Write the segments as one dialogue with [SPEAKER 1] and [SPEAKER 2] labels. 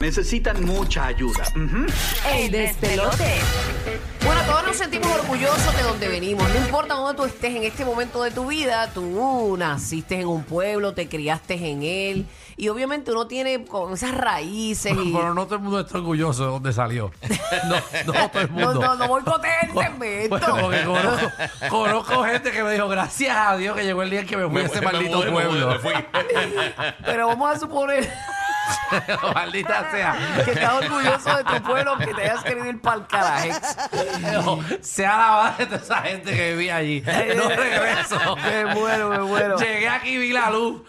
[SPEAKER 1] Necesitan mucha ayuda. Ujú.
[SPEAKER 2] El despelote.
[SPEAKER 3] Bueno, todos nos sentimos orgullosos de donde venimos. No importa dónde tú estés en este momento de tu vida, tú naciste en un pueblo, te criaste en él. Y obviamente uno tiene con esas raíces y.
[SPEAKER 4] Pero no todo el mundo está orgulloso de dónde salió. No, no todo el
[SPEAKER 3] No,
[SPEAKER 4] mundo.
[SPEAKER 3] no, no boicotees el
[SPEAKER 4] Bueno,
[SPEAKER 3] segmento.
[SPEAKER 4] porque conozco, conozco gente que me dijo, gracias a Dios que llegó el día en que me fui a ese
[SPEAKER 5] me
[SPEAKER 4] maldito
[SPEAKER 5] mudé, me mudé,
[SPEAKER 4] pueblo.
[SPEAKER 5] me fui.
[SPEAKER 3] Pero vamos a suponer
[SPEAKER 4] Maldita sea.
[SPEAKER 3] que estás orgulloso de tu pueblo, aunque te hayas querido ir para el caraje.
[SPEAKER 4] No, sea la madre de toda esa gente que vivía allí. No regreso.
[SPEAKER 3] Me muero, me muero.
[SPEAKER 4] Llegué aquí y vi la luz.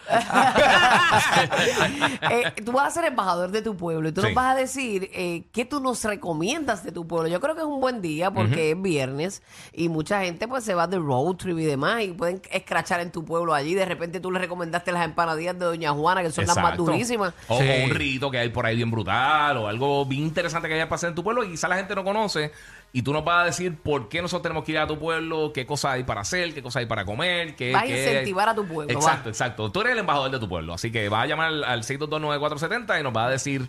[SPEAKER 3] Eh, tú vas a ser embajador de tu pueblo y tú nos
[SPEAKER 5] Sí.
[SPEAKER 3] vas a decir eh, qué tú nos recomiendas de tu pueblo. Yo creo que es un buen día porque es viernes y mucha gente pues se va de road trip y demás y pueden escrachar en tu pueblo allí. De repente tú le recomendaste las empanadillas de Doña Juana que son las más
[SPEAKER 5] Exacto.
[SPEAKER 3] durísimas.
[SPEAKER 5] O,
[SPEAKER 4] Sí.
[SPEAKER 5] o un rito que hay por ahí bien brutal o algo bien interesante que haya pasado en tu pueblo que quizá la gente no conoce y tú nos vas a decir por qué nosotros tenemos que ir a tu pueblo, qué cosas hay para hacer, qué cosas hay para comer, qué...
[SPEAKER 3] Vas a
[SPEAKER 5] qué-
[SPEAKER 3] incentivar a tu pueblo,
[SPEAKER 5] Exacto,
[SPEAKER 3] va.
[SPEAKER 5] exacto. Tú eres el embajador de tu pueblo, así que vas a llamar al 6229470 y nos vas a decir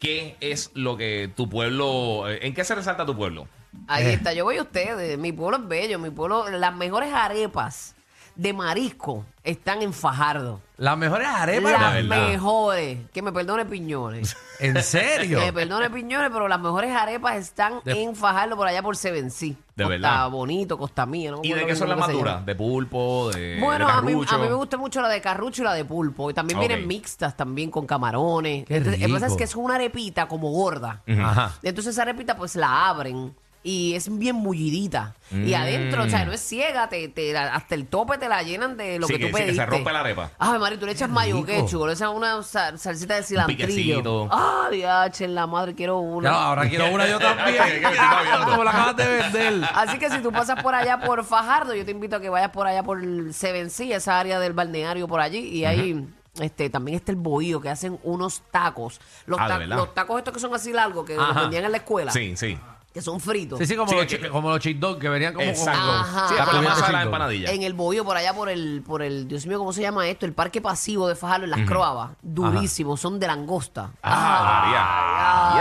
[SPEAKER 5] qué es lo que tu pueblo... eh, ¿En qué se resalta tu pueblo?
[SPEAKER 3] Ahí
[SPEAKER 5] Eh.
[SPEAKER 3] está, yo voy a ustedes. Mi pueblo es bello, mi pueblo, las mejores arepas de marisco están en Fajardo.
[SPEAKER 4] Las mejores arepas.
[SPEAKER 3] Las
[SPEAKER 5] la verdad.
[SPEAKER 3] mejores, que me perdone piñones.
[SPEAKER 4] ¿En serio?
[SPEAKER 3] Que me Eh, perdone Piñones, pero las mejores arepas están
[SPEAKER 4] De-
[SPEAKER 3] en Fajardo por allá por Seven Sí.
[SPEAKER 5] De
[SPEAKER 3] Costa
[SPEAKER 5] verdad.
[SPEAKER 3] Bonito, Costa Mía. No me
[SPEAKER 5] ¿Y de
[SPEAKER 3] acuerdo
[SPEAKER 5] qué son
[SPEAKER 3] bien cómo
[SPEAKER 5] las
[SPEAKER 3] se
[SPEAKER 5] maduras?
[SPEAKER 3] llama.
[SPEAKER 5] ¿De pulpo? ¿De
[SPEAKER 3] Bueno,
[SPEAKER 5] de
[SPEAKER 3] a mí, a
[SPEAKER 5] carrucho?
[SPEAKER 3] mí me gusta mucho la de carrucho y la de pulpo. Y también
[SPEAKER 5] Ok.
[SPEAKER 3] vienen mixtas también con camarones.
[SPEAKER 4] Qué
[SPEAKER 3] Entonces, el
[SPEAKER 4] rico.
[SPEAKER 3] pasa es que es una arepita como gorda.
[SPEAKER 4] Ajá.
[SPEAKER 3] Entonces esa arepita pues la abren y es bien mullidita. Y adentro, o sea, no es ciega, te, te la- hasta el tope te la llenan de lo
[SPEAKER 5] Sí,
[SPEAKER 3] que tú
[SPEAKER 5] que- sí, que se
[SPEAKER 3] pediste.
[SPEAKER 5] rompe la arepa.
[SPEAKER 3] Ay, Mari, tú le echas mayo
[SPEAKER 4] rico.
[SPEAKER 3] quechu, le echas una sa- salsita de cilantrillo.
[SPEAKER 5] piquecito.
[SPEAKER 3] Ay, h en la madre, quiero
[SPEAKER 4] Ya,
[SPEAKER 3] una.
[SPEAKER 4] ahora quiero una yo también.
[SPEAKER 5] Que- que me siga viendo.
[SPEAKER 4] Como la acabas de vender.
[SPEAKER 3] Así que si tú pasas por allá por Fajardo, yo te invito a que vayas por allá por Seven Sea, esa área del balneario por allí. Y ahí este, también está el bohío, que hacen unos tacos. Los,
[SPEAKER 5] Ah, ¿de
[SPEAKER 3] ta-
[SPEAKER 5] verdad?
[SPEAKER 3] los tacos estos que son así largos, que los
[SPEAKER 4] Ajá.
[SPEAKER 3] vendían en la escuela,
[SPEAKER 5] Sí, sí.
[SPEAKER 3] que son fritos.
[SPEAKER 4] Sí, sí, como,
[SPEAKER 5] Sí,
[SPEAKER 4] los,
[SPEAKER 5] es que-
[SPEAKER 4] chi- como los chip dog que venían como
[SPEAKER 5] Exacto.
[SPEAKER 4] con-
[SPEAKER 3] Ajá.
[SPEAKER 5] Sí,
[SPEAKER 3] Ah,
[SPEAKER 5] con la
[SPEAKER 3] bien,
[SPEAKER 5] masa de
[SPEAKER 4] chip
[SPEAKER 5] las
[SPEAKER 4] dog.
[SPEAKER 5] empanadillas.
[SPEAKER 3] En el bohío, por allá por el, por el, Dios mío, ¿cómo se llama esto? El parque pasivo de Fajardo, en las Croabas. Durísimo, son de langosta.
[SPEAKER 5] Ah,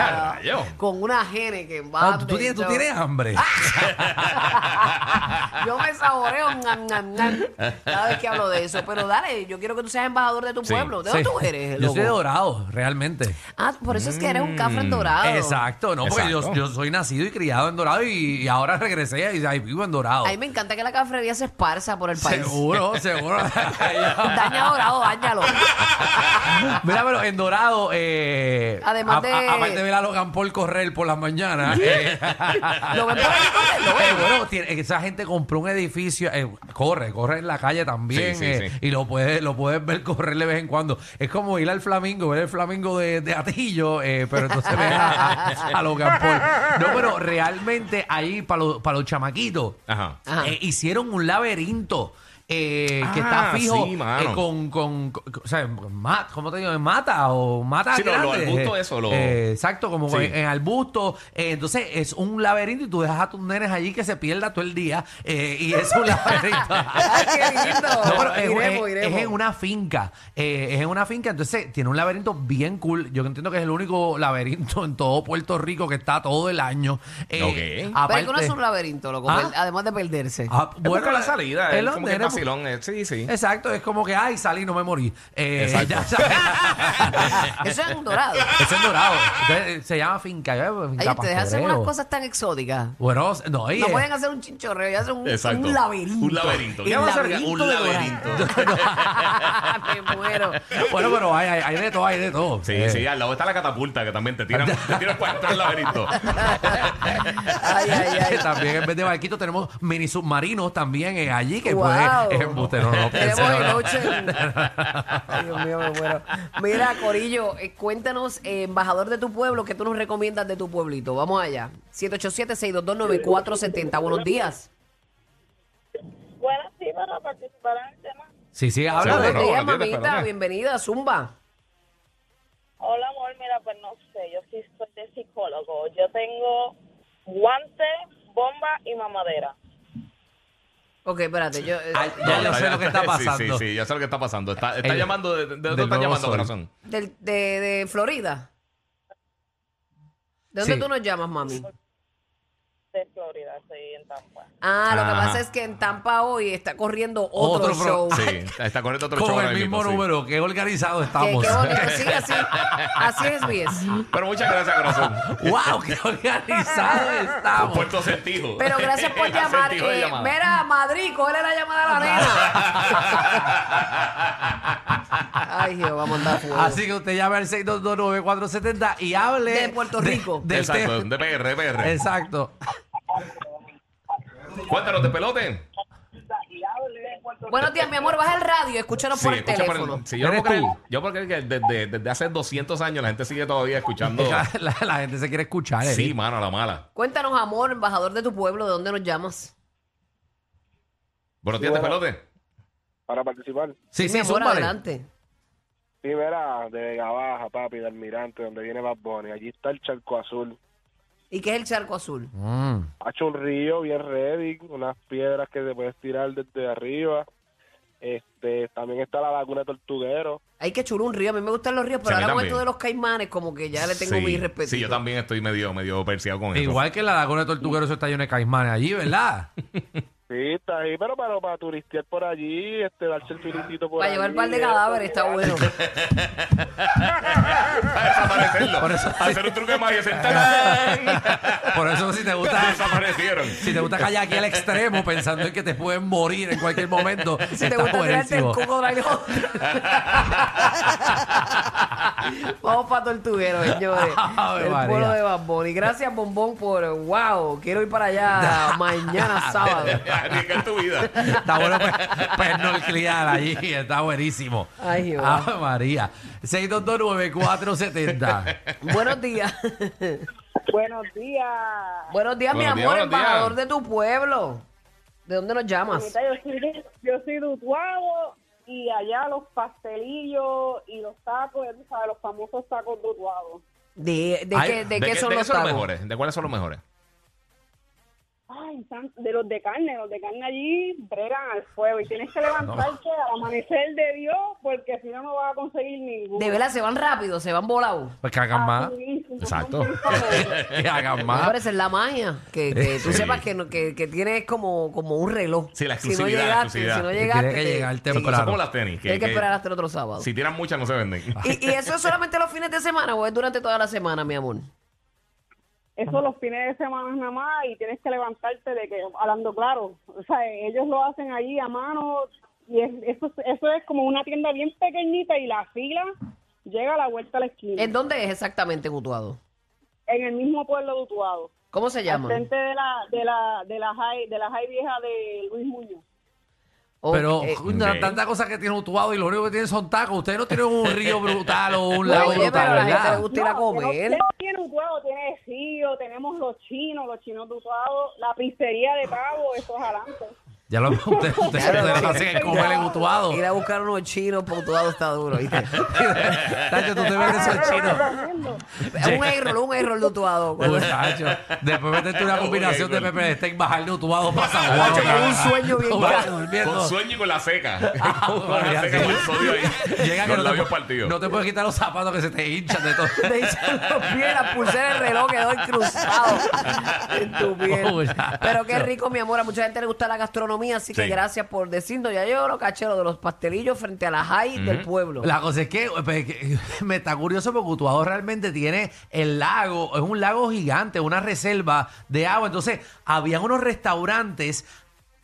[SPEAKER 5] María. Ya, rayo.
[SPEAKER 3] Con una jene que va.
[SPEAKER 4] Ah, ¿tú, tú tienes, tú tienes hambre.
[SPEAKER 3] Ah, Yo me saboreo ñam, ñam, ñam, cada vez que hablo de eso. Pero dale, yo quiero que tú seas embajador de tu
[SPEAKER 5] Sí,
[SPEAKER 3] pueblo. ¿De dónde
[SPEAKER 4] Sí.
[SPEAKER 3] tú eres?
[SPEAKER 4] Yo
[SPEAKER 3] loco?
[SPEAKER 4] soy de dorado, realmente.
[SPEAKER 3] Ah, por eso es que eres un cafre dorado.
[SPEAKER 4] Exacto, no, porque yo,
[SPEAKER 5] Exacto.
[SPEAKER 4] yo soy nacido y criado en Dorado y, y ahora regresé y, ahí vivo en Dorado.
[SPEAKER 3] A mí me encanta que la cafrería se esparza por el país.
[SPEAKER 4] Seguro, seguro.
[SPEAKER 3] Daña dorado, dañalo.
[SPEAKER 4] Mira, pero en Dorado, eh,
[SPEAKER 3] Además
[SPEAKER 4] a- a-
[SPEAKER 3] de-
[SPEAKER 4] aparte de ver a Logan Paul correr por las mañanas, eh,
[SPEAKER 3] Lo ven por ahí correr, lo
[SPEAKER 4] eh,
[SPEAKER 3] ven.
[SPEAKER 4] bueno, tiene- esa gente compró un edificio, eh, corre, corre en la calle también
[SPEAKER 5] Sí, sí,
[SPEAKER 4] eh,
[SPEAKER 5] sí.
[SPEAKER 4] y lo puedes lo puedes ver correr de vez en cuando. Es como ir al Flamingo, ver el Flamingo de, de Atillo, eh, pero entonces ves a, a Logan Paul. No, pero realmente ahí para los, para los chamaquitos
[SPEAKER 5] Ajá.
[SPEAKER 3] Ajá.
[SPEAKER 4] eh, hicieron un laberinto. eh, que
[SPEAKER 5] Ah,
[SPEAKER 4] está fijo
[SPEAKER 5] sí, mano.
[SPEAKER 4] eh, con, con, con- o sea, ma- ¿cómo te digo? Mata o mata
[SPEAKER 5] Sí, lo- lo
[SPEAKER 4] grande.
[SPEAKER 5] arbusto
[SPEAKER 4] Eh,
[SPEAKER 5] eso, lo-
[SPEAKER 4] eh, exacto, como
[SPEAKER 5] Sí.
[SPEAKER 4] en, en arbusto. Eh, entonces es un laberinto y tú dejas a tus nenes allí que se pierda todo el día eh, y es un laberinto.
[SPEAKER 3] Ay, qué lindo.
[SPEAKER 4] No, pero es,
[SPEAKER 3] Iremos,
[SPEAKER 4] es-
[SPEAKER 3] iremos.
[SPEAKER 4] es en una finca, eh, es en una finca, entonces tiene un laberinto bien cool. Yo entiendo que es el único laberinto en todo Puerto Rico que está todo el año. Eh,
[SPEAKER 5] Ok.
[SPEAKER 3] Pero es que uno es
[SPEAKER 4] aparte-
[SPEAKER 3] un laberinto, loco,
[SPEAKER 4] Ah.
[SPEAKER 3] per- además de perderse.
[SPEAKER 4] Ah,
[SPEAKER 5] Es buscar la salida, es
[SPEAKER 4] lo
[SPEAKER 5] como que
[SPEAKER 4] de-
[SPEAKER 5] es vacilón. eh, Sí, sí.
[SPEAKER 4] Exacto, es como que, ay, salí, no me morí. Eh,
[SPEAKER 5] Exacto.
[SPEAKER 4] ya sabes.
[SPEAKER 3] Eso es en dorado.
[SPEAKER 4] Eso es dorado. Entonces, eh, se llama finca. eh, finca
[SPEAKER 3] Ay, ustedes hacen
[SPEAKER 4] pastoreo.
[SPEAKER 3] unas cosas tan exóticas.
[SPEAKER 4] Bueno, no, y
[SPEAKER 3] No
[SPEAKER 4] eh,
[SPEAKER 3] pueden hacer un chinchorreo, ya hacen un,
[SPEAKER 5] Exacto.
[SPEAKER 3] un laberinto.
[SPEAKER 5] Un laberinto.
[SPEAKER 3] El
[SPEAKER 5] ¿Qué vamos a hacer?
[SPEAKER 3] laberinto
[SPEAKER 5] Un
[SPEAKER 3] de
[SPEAKER 5] laberinto.
[SPEAKER 3] dorado. Me muero.
[SPEAKER 4] Bueno, pero hay, hay, hay de todo, hay de todo.
[SPEAKER 5] Sí,
[SPEAKER 4] Eh,
[SPEAKER 5] sí, al lado está la catapulta que también te tiran, te tiran para entrar al laberinto.
[SPEAKER 3] Ay, ay, ay.
[SPEAKER 4] también en vez de barquitos tenemos mini submarinos también eh, allí que
[SPEAKER 3] Wow.
[SPEAKER 4] puedes
[SPEAKER 3] invitado.
[SPEAKER 4] Embuste, no, no, no,
[SPEAKER 3] Tenemos
[SPEAKER 4] pensé, no,
[SPEAKER 3] el
[SPEAKER 4] no.
[SPEAKER 3] Ocean. Ay, Dios mío, me muero. Mira, Corillo, eh, cuéntanos, eh, embajador de tu pueblo, ¿qué tú nos recomiendas de tu pueblito? Vamos allá. 787-622-9470. Buenos días.
[SPEAKER 6] Buenas, sí, para participar en el tema.
[SPEAKER 4] Sí, sí, habla.
[SPEAKER 5] Seguro.
[SPEAKER 4] de-
[SPEAKER 3] Buenos días,
[SPEAKER 5] buenos días,
[SPEAKER 3] mamita.
[SPEAKER 5] perdona.
[SPEAKER 3] Bienvenida, Zumba.
[SPEAKER 6] Hola, amor, mira, pues no sé, yo sí soy de psicólogo. Yo tengo guante, bomba y mamadera.
[SPEAKER 3] Ok, espérate. Yo, eh,
[SPEAKER 4] Ay, ya yo sé lo que está
[SPEAKER 5] Sí,
[SPEAKER 4] pasando.
[SPEAKER 5] sí, sí, ya sé lo que está pasando. Está, está
[SPEAKER 4] El-
[SPEAKER 5] llamando, ¿de, de, dónde
[SPEAKER 4] del
[SPEAKER 5] está
[SPEAKER 4] nuevo
[SPEAKER 5] llamando,
[SPEAKER 4] sol.
[SPEAKER 5] corazón?
[SPEAKER 3] del- de, de Florida. ¿De dónde
[SPEAKER 4] Sí.
[SPEAKER 3] tú nos llamas, mami?
[SPEAKER 6] De Florida, estoy en Tampa.
[SPEAKER 3] Ah, lo que
[SPEAKER 5] Ajá.
[SPEAKER 3] pasa es que en Tampa hoy está corriendo otro,
[SPEAKER 4] Otro pro-
[SPEAKER 3] show.
[SPEAKER 5] Sí, está- está correcto otro show
[SPEAKER 4] Con
[SPEAKER 5] ahora
[SPEAKER 4] el mismo
[SPEAKER 5] sí.
[SPEAKER 4] número, qué organizado
[SPEAKER 3] Que-
[SPEAKER 4] estamos.
[SPEAKER 3] qué bonito. Sí, así, así es, bien.
[SPEAKER 5] Pero muchas gracias, corazón.
[SPEAKER 4] ¡Wow! ¡Qué organizado estamos!
[SPEAKER 5] Puerto Sentijo.
[SPEAKER 3] Pero gracias por
[SPEAKER 5] El
[SPEAKER 3] llamar.
[SPEAKER 5] sentido de
[SPEAKER 3] Eh,
[SPEAKER 5] llamada.
[SPEAKER 3] mira, Madrid, cógele la llamada a la nena. Ay, Jehová, mandar fuego.
[SPEAKER 4] Así que usted llame al 6229470 y hable
[SPEAKER 3] De Puerto Rico.
[SPEAKER 4] del
[SPEAKER 5] Exacto,
[SPEAKER 4] tema.
[SPEAKER 5] de PR, de PR.
[SPEAKER 4] Exacto.
[SPEAKER 5] Cuéntanos de pelote.
[SPEAKER 3] Buenos días, mi amor. Baja el radio, escúchanos por el
[SPEAKER 5] escucha por el-
[SPEAKER 3] teléfono.
[SPEAKER 5] sí, yo, no
[SPEAKER 4] ¿Eres
[SPEAKER 5] puedo creer,
[SPEAKER 4] tú?
[SPEAKER 5] yo puedo creer que desde, desde hace 200 años la gente sigue todavía escuchando.
[SPEAKER 4] La, la- la gente se quiere escuchar. ¿eh?
[SPEAKER 5] sí, mano, a la mala.
[SPEAKER 3] Cuéntanos, amor, embajador de tu pueblo, ¿de dónde nos llamas?
[SPEAKER 5] Buenos días, de pelote.
[SPEAKER 7] para participar.
[SPEAKER 4] sí, sí,
[SPEAKER 3] mi amor,
[SPEAKER 4] zúmbale.
[SPEAKER 3] adelante.
[SPEAKER 7] Sí, verá, de Vega Baja, papi, de Almirante, donde viene Bad Bunny. Allí está el Charco Azul.
[SPEAKER 3] ¿Y qué es el charco azul?
[SPEAKER 4] Mm.
[SPEAKER 7] Ha hecho un río bien ready, unas piedras que te puedes tirar desde arriba. Este, también está la laguna Tortuguero.
[SPEAKER 3] Hay que chular un río. A mí me gustan los ríos,
[SPEAKER 5] Sí,
[SPEAKER 3] pero
[SPEAKER 5] a mí
[SPEAKER 3] ahora con esto
[SPEAKER 5] también.
[SPEAKER 3] de los caimanes, como que ya le tengo
[SPEAKER 5] Sí,
[SPEAKER 3] mi respeto.
[SPEAKER 5] Sí, yo también estoy medio, medio perseado con eso.
[SPEAKER 4] Igual que en la laguna de Tortuguero, eso está lleno de caimanes allí, ¿verdad?
[SPEAKER 7] Sí, está ahí, pero para, para turistear por allí, este, darse el turistito por
[SPEAKER 3] Para llevar
[SPEAKER 7] allí,
[SPEAKER 3] un par de
[SPEAKER 7] eso,
[SPEAKER 3] cadáveres, está
[SPEAKER 7] mira.
[SPEAKER 3] bueno.
[SPEAKER 5] Para desaparecerlo.
[SPEAKER 4] Por eso-
[SPEAKER 5] Hacer un truco de magia. hacer ¡tarán!
[SPEAKER 4] Por eso, si te gusta.
[SPEAKER 5] Desaparecieron.
[SPEAKER 4] Si te gusta callar aquí al extremo pensando en que te pueden morir en cualquier momento,
[SPEAKER 3] Si te
[SPEAKER 4] está
[SPEAKER 3] gusta tirarte el cuco
[SPEAKER 4] buenísimo.
[SPEAKER 3] Vamos para Tortuguero, señores.
[SPEAKER 4] Ave
[SPEAKER 3] el
[SPEAKER 4] María.
[SPEAKER 3] pueblo de Bad Bunny. Gracias, Bombón, por wow. Quiero ir para allá mañana sábado.
[SPEAKER 5] Arriesgar tu vida.
[SPEAKER 4] Está bueno pues, pernoclear allí, está buenísimo.
[SPEAKER 3] Ay, Jehová.
[SPEAKER 4] Ave María. 6229470.
[SPEAKER 3] Buenos días.
[SPEAKER 6] Buenos días.
[SPEAKER 3] buenos días, mi
[SPEAKER 5] Buenos días,
[SPEAKER 3] amor,
[SPEAKER 5] buenos
[SPEAKER 3] embajador
[SPEAKER 5] días.
[SPEAKER 3] de tu pueblo. ¿De dónde nos llamas?
[SPEAKER 6] Mamita, yo soy, de- yo soy de Utuado y allá los pastelillos y los tacos, ya tú sabes, los famosos tacos de Utuado.
[SPEAKER 3] ¿De, de
[SPEAKER 4] Ay,
[SPEAKER 3] qué, de qué son los
[SPEAKER 5] los
[SPEAKER 3] tacos?
[SPEAKER 5] mejores? ¿De cuáles son los mejores?
[SPEAKER 6] Ay, san- de los de carne, los de carne allí bregan al fuego y tienes que levantarte al amanecer de Dios porque si no, no vas a conseguir ninguno.
[SPEAKER 3] De verdad, se van rápido, se van volados.
[SPEAKER 4] Pues que hagan más.
[SPEAKER 5] Exacto.
[SPEAKER 4] Que hagan
[SPEAKER 3] Me
[SPEAKER 4] más.
[SPEAKER 3] parece la magia. Que, que tú
[SPEAKER 5] Sí.
[SPEAKER 3] sepas que, no- que, que tienes como, como un reloj.
[SPEAKER 5] Sí, la
[SPEAKER 3] Si no
[SPEAKER 5] exclusividad,
[SPEAKER 3] llegaste,
[SPEAKER 5] exclusividad.
[SPEAKER 3] si no
[SPEAKER 5] Que
[SPEAKER 4] tiene
[SPEAKER 3] llegaste,
[SPEAKER 4] que
[SPEAKER 3] te-
[SPEAKER 4] llegar
[SPEAKER 3] te-
[SPEAKER 5] Son
[SPEAKER 4] Temprano.
[SPEAKER 5] son como las tenis. que-
[SPEAKER 3] Tienes que
[SPEAKER 5] que-
[SPEAKER 3] esperar hasta el otro sábado.
[SPEAKER 5] Si tiran muchas, no se venden.
[SPEAKER 3] ¿Y, y eso es solamente los fines de semana o es durante toda la semana, mi amor?
[SPEAKER 6] Eso los fines de semana nada más y tienes que levantarte de que, hablando claro, o sea, ellos lo hacen allí a mano y es- eso, eso es como una tienda bien pequeñita y la fila llega a la vuelta a la esquina.
[SPEAKER 3] ¿En dónde es exactamente Gutuado?
[SPEAKER 6] en el mismo pueblo de Utuado,
[SPEAKER 3] ¿Cómo se
[SPEAKER 6] al
[SPEAKER 3] llama?
[SPEAKER 6] frente de la de la de la high, de la high vieja de Luis Muñoz.
[SPEAKER 3] Ok.
[SPEAKER 4] Pero
[SPEAKER 5] ok.
[SPEAKER 4] tantas cosas que tiene Utuado y lo único que tienen son tacos. Ustedes no tienen un río brutal o un lago
[SPEAKER 3] Oye, pero a la
[SPEAKER 4] brutal,
[SPEAKER 3] gente le
[SPEAKER 4] ¿verdad?
[SPEAKER 3] gusta ir a
[SPEAKER 6] Tenemos,
[SPEAKER 3] comer.
[SPEAKER 6] tenemos tiene Utuado, tiene Cío, tenemos los chinos, los chinos de Utuado, la pizzería de Pavo, eso es adelante.
[SPEAKER 4] Ya lo ustedes ustedes ustedes lo hacen es comer en Utuado.
[SPEAKER 3] Ir a buscar unos chinos por Utuado está duro, ¿viste?
[SPEAKER 4] Tacho, tú te ves que
[SPEAKER 6] Ah,
[SPEAKER 4] son chinos.
[SPEAKER 3] un error, un error de Utuado.
[SPEAKER 4] Uy, Tacho, Después meterte una combinación de Pepe de Steak, bajar de Utuado para San Juan.
[SPEAKER 3] Tacho, con un sueño bien
[SPEAKER 4] Vas
[SPEAKER 3] caro.
[SPEAKER 5] Con
[SPEAKER 4] durmiendo.
[SPEAKER 5] sueño y con la seca.
[SPEAKER 4] Ah,
[SPEAKER 5] con la
[SPEAKER 4] Olvídate.
[SPEAKER 5] seca con el sodio ahí.
[SPEAKER 4] Llega que no
[SPEAKER 5] con los
[SPEAKER 4] te,
[SPEAKER 5] labios
[SPEAKER 4] pu-
[SPEAKER 5] partidos.
[SPEAKER 4] no te puedes quitar los zapatos que se te hinchan de todo.
[SPEAKER 3] Te hinchan los pies, la pulsera del reloj quedó cruzado en tu
[SPEAKER 4] Uy,
[SPEAKER 3] piel.
[SPEAKER 4] Oh, ya.
[SPEAKER 3] Pero qué rico, mi amor. A mucha gente le gusta la gastronomía, así que
[SPEAKER 5] Sí.
[SPEAKER 3] gracias por decirnos. Ya yo lo caché lo de los pastelillos frente a la high del pueblo.
[SPEAKER 4] La cosa es que pues, que- me está curioso porque Utuado realmente tiene el lago, es un lago gigante, una reserva de agua. Entonces, habían unos restaurantes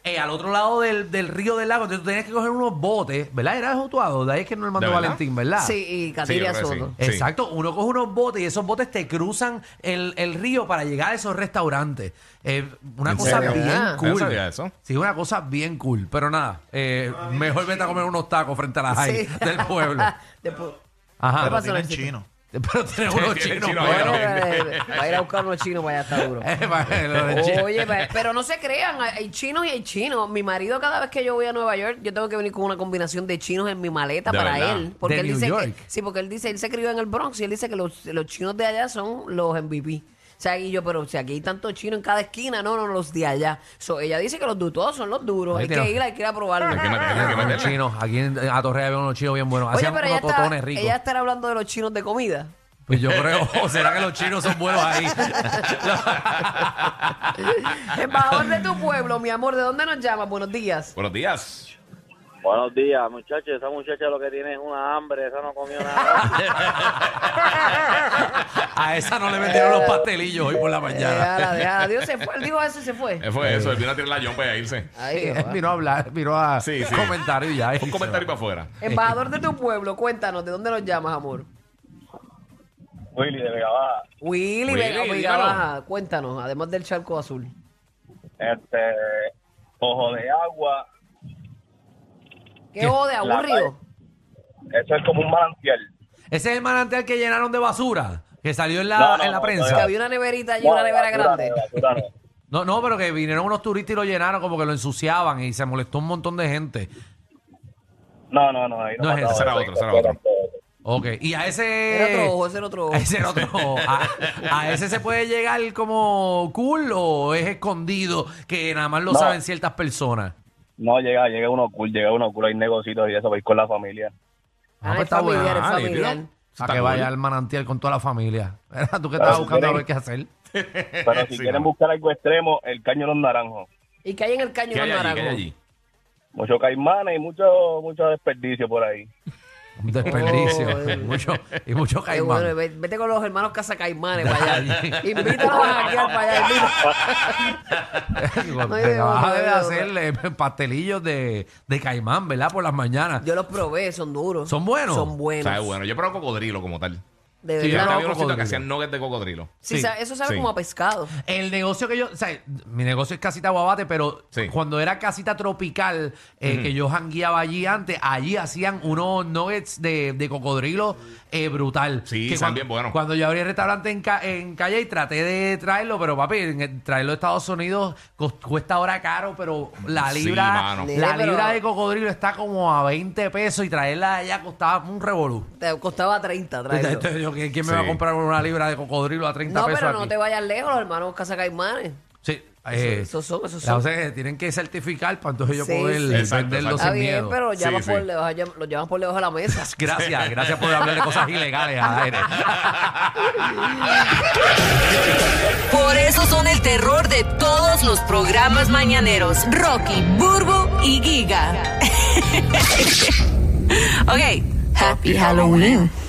[SPEAKER 4] eh, al otro lado del, del río del lago. Entonces tú tenías que coger unos botes, ¿verdad? Era Utuado, de ahí es que nos mandó
[SPEAKER 5] ¿De verdad?
[SPEAKER 4] Valentín, ¿verdad?
[SPEAKER 3] Sí, y
[SPEAKER 5] yo
[SPEAKER 3] Catiria
[SPEAKER 5] creo que sí.
[SPEAKER 3] Soto.
[SPEAKER 4] Exacto, uno coge unos botes y esos botes te cruzan el, el río para llegar a esos restaurantes. Eh, una
[SPEAKER 5] ¿En
[SPEAKER 4] cosa
[SPEAKER 3] serio?
[SPEAKER 4] bien
[SPEAKER 3] Ah.
[SPEAKER 4] cool.
[SPEAKER 5] Yo no sabía eso.
[SPEAKER 4] Sí, una cosa bien cool. Pero nada, eh, mejor vete a comer unos tacos frente a la high
[SPEAKER 3] Sí.
[SPEAKER 4] del pueblo.
[SPEAKER 3] Después-
[SPEAKER 5] Ah,
[SPEAKER 4] Ajá.
[SPEAKER 3] Pero
[SPEAKER 4] Pero,
[SPEAKER 3] pasó tienen Nachito?
[SPEAKER 8] chino.
[SPEAKER 4] tienes unos
[SPEAKER 5] Tiene
[SPEAKER 4] chinos.
[SPEAKER 5] chino,
[SPEAKER 4] buenos.
[SPEAKER 5] bueno.
[SPEAKER 3] Eh, Va a ir a buscar unos chinos para allá, está duro.
[SPEAKER 4] Eh, vale, lo de chino.
[SPEAKER 3] Oye, pa- pero no se crean, hay- hay chinos y hay chinos. Mi marido cada vez que yo voy a Nueva York, yo tengo que venir con una combinación de chinos en mi maleta
[SPEAKER 5] ¿De
[SPEAKER 3] para
[SPEAKER 5] verdad?
[SPEAKER 3] él, porque
[SPEAKER 4] ¿De
[SPEAKER 3] él
[SPEAKER 4] New
[SPEAKER 3] dice
[SPEAKER 4] York?
[SPEAKER 3] que sí, porque él dice él se crió en el Bronx y él dice que los, los chinos de allá son los MVP. O sea, y yo, pero si aquí hay tantos chinos en cada esquina, no, no, los de allá. So, ella dice que los de todos son los duros.
[SPEAKER 4] Ahí
[SPEAKER 3] Hay
[SPEAKER 4] tiene-
[SPEAKER 3] que ir, hay que ir a probarlo.
[SPEAKER 5] Hay que meterle, hay que
[SPEAKER 4] Unos
[SPEAKER 5] meterle.
[SPEAKER 4] chinos. Aquí en a Torre había unos chinos bien buenos.
[SPEAKER 3] Oye,
[SPEAKER 4] Hacían
[SPEAKER 3] pero
[SPEAKER 4] unos
[SPEAKER 3] ella, está,
[SPEAKER 4] totones ricos.
[SPEAKER 3] ella estará hablando de los chinos de comida.
[SPEAKER 4] Pues yo creo, o será que los chinos son buenos ahí.
[SPEAKER 3] Embajador de tu pueblo, mi amor, ¿de dónde nos llamas? Buenos días.
[SPEAKER 5] Buenos días.
[SPEAKER 9] Buenos días, muchachos. Esa muchacha lo que tiene es una hambre. Esa no comió nada.
[SPEAKER 4] a esa no le vendieron los pastelillos hoy por la mañana.
[SPEAKER 3] Déjala, déjala. Dios se fue, él dijo eso y se fue.
[SPEAKER 5] Eh, Fue eso, él vino a tirar la yompa y a irse.
[SPEAKER 3] Ay,
[SPEAKER 4] Sí,
[SPEAKER 3] Jehová.
[SPEAKER 4] vino a hablar, vino a
[SPEAKER 5] Sí, sí.
[SPEAKER 4] comentar y ya.
[SPEAKER 5] Un comentario para afuera.
[SPEAKER 3] Embajador de tu pueblo, cuéntanos, ¿de dónde nos llamas, amor?
[SPEAKER 9] Willy de Vega Baja.
[SPEAKER 3] Willy,
[SPEAKER 5] Willy,
[SPEAKER 3] venga,
[SPEAKER 5] dímelo.
[SPEAKER 3] baja, cuéntanos, además del charco azul.
[SPEAKER 9] Este, ojo de agua.
[SPEAKER 3] Qué jode,
[SPEAKER 9] La
[SPEAKER 3] aburrido.
[SPEAKER 9] Eso es como un manantial.
[SPEAKER 4] Ese es el manantial que llenaron de basura, que salió en la,
[SPEAKER 9] No, no,
[SPEAKER 4] en la
[SPEAKER 9] no,
[SPEAKER 3] Que
[SPEAKER 4] prensa.
[SPEAKER 3] había una neverita allí,
[SPEAKER 9] No,
[SPEAKER 3] una nevera
[SPEAKER 9] basura no,
[SPEAKER 3] grande.
[SPEAKER 9] basura
[SPEAKER 4] No,
[SPEAKER 9] no.
[SPEAKER 4] no, pero que vinieron unos turistas y lo llenaron, como que lo ensuciaban y se molestó un montón de gente.
[SPEAKER 9] No, no, no. ahí
[SPEAKER 4] No es
[SPEAKER 9] mataba
[SPEAKER 4] ese,
[SPEAKER 5] será
[SPEAKER 9] eso,
[SPEAKER 5] otro,
[SPEAKER 9] eso
[SPEAKER 5] será
[SPEAKER 9] era
[SPEAKER 5] otro.
[SPEAKER 4] Ok, y a ese...
[SPEAKER 3] Era otro ojo, ese era
[SPEAKER 5] Ah,
[SPEAKER 3] otro ojo.
[SPEAKER 4] A ese era otro ojo. A, a ese se puede llegar como cool o es escondido, que nada más lo
[SPEAKER 9] No.
[SPEAKER 4] saben ciertas personas.
[SPEAKER 9] No, llega, llega uno cool, llega uno cool. Hay negocios y eso, voy con la familia.
[SPEAKER 4] Ah,
[SPEAKER 3] Ah,
[SPEAKER 4] pues
[SPEAKER 3] es
[SPEAKER 4] está bueno.
[SPEAKER 3] familiar, es
[SPEAKER 5] Ah,
[SPEAKER 3] familiar.
[SPEAKER 5] nítido.
[SPEAKER 4] Para
[SPEAKER 5] Está
[SPEAKER 4] que
[SPEAKER 5] cool.
[SPEAKER 4] vaya al manantial con toda la familia. Era tú que estabas
[SPEAKER 9] Ah,
[SPEAKER 4] buscando a
[SPEAKER 9] sí.
[SPEAKER 4] ver qué hacer.
[SPEAKER 9] Pero
[SPEAKER 5] Sí,
[SPEAKER 9] si quieren
[SPEAKER 5] no.
[SPEAKER 9] buscar algo extremo, el caño de los naranjos.
[SPEAKER 3] ¿Y qué hay en el caño
[SPEAKER 5] ¿Qué hay
[SPEAKER 3] de
[SPEAKER 5] allí? ¿Qué hay
[SPEAKER 3] Naranjo?
[SPEAKER 5] allí?
[SPEAKER 9] Muchos caimanes y mucho, mucho desperdicio por ahí.
[SPEAKER 4] Un desperdicio.
[SPEAKER 3] Oh, eh.
[SPEAKER 4] mucho, y mucho
[SPEAKER 3] Qué
[SPEAKER 4] caimán.
[SPEAKER 3] bueno, ve- vete con los hermanos Cazacaimanes para allá. Invítalos a hackear para allá.
[SPEAKER 4] Digo,
[SPEAKER 3] No hay
[SPEAKER 4] te
[SPEAKER 3] de otra,
[SPEAKER 4] vas
[SPEAKER 3] no hay
[SPEAKER 4] de
[SPEAKER 3] de
[SPEAKER 4] hacerle pastelillos de, de caimán, ¿verdad? Por las mañanas.
[SPEAKER 3] invita- Yo los probé, son duros.
[SPEAKER 4] ¿Son buenos?
[SPEAKER 3] Son buenos.
[SPEAKER 5] Sabe bueno. Yo probé cocodrilo como tal.
[SPEAKER 3] De
[SPEAKER 4] Sí,
[SPEAKER 5] Yo
[SPEAKER 4] no,
[SPEAKER 3] verdad.
[SPEAKER 5] había unos sitios
[SPEAKER 4] cocodrilo.
[SPEAKER 5] que hacían nuggets de cocodrilo.
[SPEAKER 3] Sí,
[SPEAKER 4] Sí.
[SPEAKER 3] sabe- eso sabe
[SPEAKER 5] Sí.
[SPEAKER 3] como a pescado.
[SPEAKER 4] El negocio que yo, o sea, mi negocio es casita guabate, pero
[SPEAKER 5] Sí.
[SPEAKER 4] cuando era casita tropical, eh, que yo jangueaba allí antes, allí hacían unos nuggets de, de cocodrilo eh, brutal.
[SPEAKER 5] Sí,
[SPEAKER 4] que
[SPEAKER 5] están
[SPEAKER 4] cuan-
[SPEAKER 5] bien buenos.
[SPEAKER 4] Cuando yo abrí el restaurante en, ca- en calle y traté de traerlo, pero papi, en el- traerlo de Estados Unidos cos- cuesta ahora caro, pero la
[SPEAKER 5] Sí,
[SPEAKER 4] libra,
[SPEAKER 5] mano.
[SPEAKER 4] la
[SPEAKER 3] Sí, pero-
[SPEAKER 4] libra de cocodrilo está como a 20 pesos y traerla de allá costaba un revolú.
[SPEAKER 3] Te costaba 30 traerlo.
[SPEAKER 4] Entonces, yo, ¿Quién me va a
[SPEAKER 5] Sí.
[SPEAKER 4] comprar una libra de cocodrilo a 30
[SPEAKER 3] No,
[SPEAKER 4] pesos?
[SPEAKER 3] pero no
[SPEAKER 4] aquí?
[SPEAKER 3] te vayas lejos, los hermanos Cazacaimanes.
[SPEAKER 4] Sí. eh,
[SPEAKER 3] Ah, esos son, esos
[SPEAKER 4] la
[SPEAKER 3] son.
[SPEAKER 4] cosa es que tienen que certificar para entonces yo
[SPEAKER 3] Sí,
[SPEAKER 4] poder
[SPEAKER 3] sí.
[SPEAKER 5] Exacto,
[SPEAKER 4] venderlo
[SPEAKER 5] exacto.
[SPEAKER 3] Está
[SPEAKER 4] sin
[SPEAKER 3] bien,
[SPEAKER 4] miedo.
[SPEAKER 3] pero
[SPEAKER 5] Sí,
[SPEAKER 3] llamas
[SPEAKER 5] sí.
[SPEAKER 3] por debajo, llam- los llamas por debajo de la mesa.
[SPEAKER 4] Gracias, gracias por hablar de cosas ilegales al aire.
[SPEAKER 2] Por eso son el terror de todos los programas mañaneros. Rocky, Burbu y Giga. ok, Happy Halloween.